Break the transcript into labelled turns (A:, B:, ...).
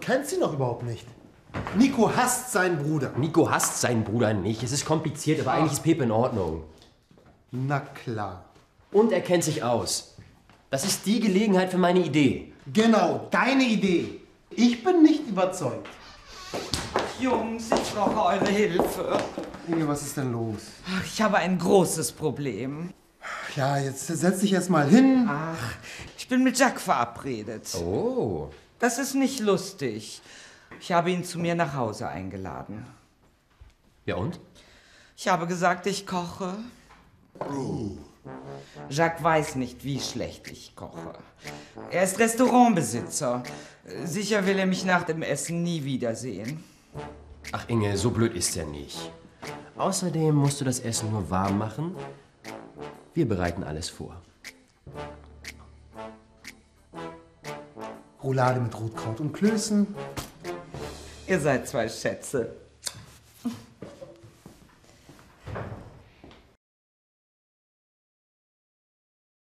A: kennst ihn noch überhaupt nicht. Nico hasst seinen Bruder.
B: Nico hasst seinen Bruder nicht. Es ist kompliziert, aber eigentlich ist Pepe in Ordnung.
A: Na klar.
B: Und er kennt sich aus. Das ist die Gelegenheit für meine Idee.
A: Genau, deine Idee. Ich bin nicht überzeugt.
C: Jungs, ich brauche eure Hilfe.
A: Inge, was ist denn los?
C: Ach, ich habe ein großes Problem.
A: Ja, jetzt setz dich erst mal hin.
C: Ach, ich bin mit Jack verabredet.
B: Oh.
C: Das ist nicht lustig. Ich habe ihn zu mir nach Hause eingeladen.
B: Ja und?
C: Ich habe gesagt, ich koche. Jacques weiß nicht, wie schlecht ich koche. Er ist Restaurantbesitzer. Sicher will er mich nach dem Essen nie wiedersehen.
B: Ach Inge, so blöd ist er nicht. Außerdem musst du das Essen nur warm machen. Wir bereiten alles vor.
A: Roulade mit Rotkraut und Klößen.
C: Ihr seid zwei Schätze.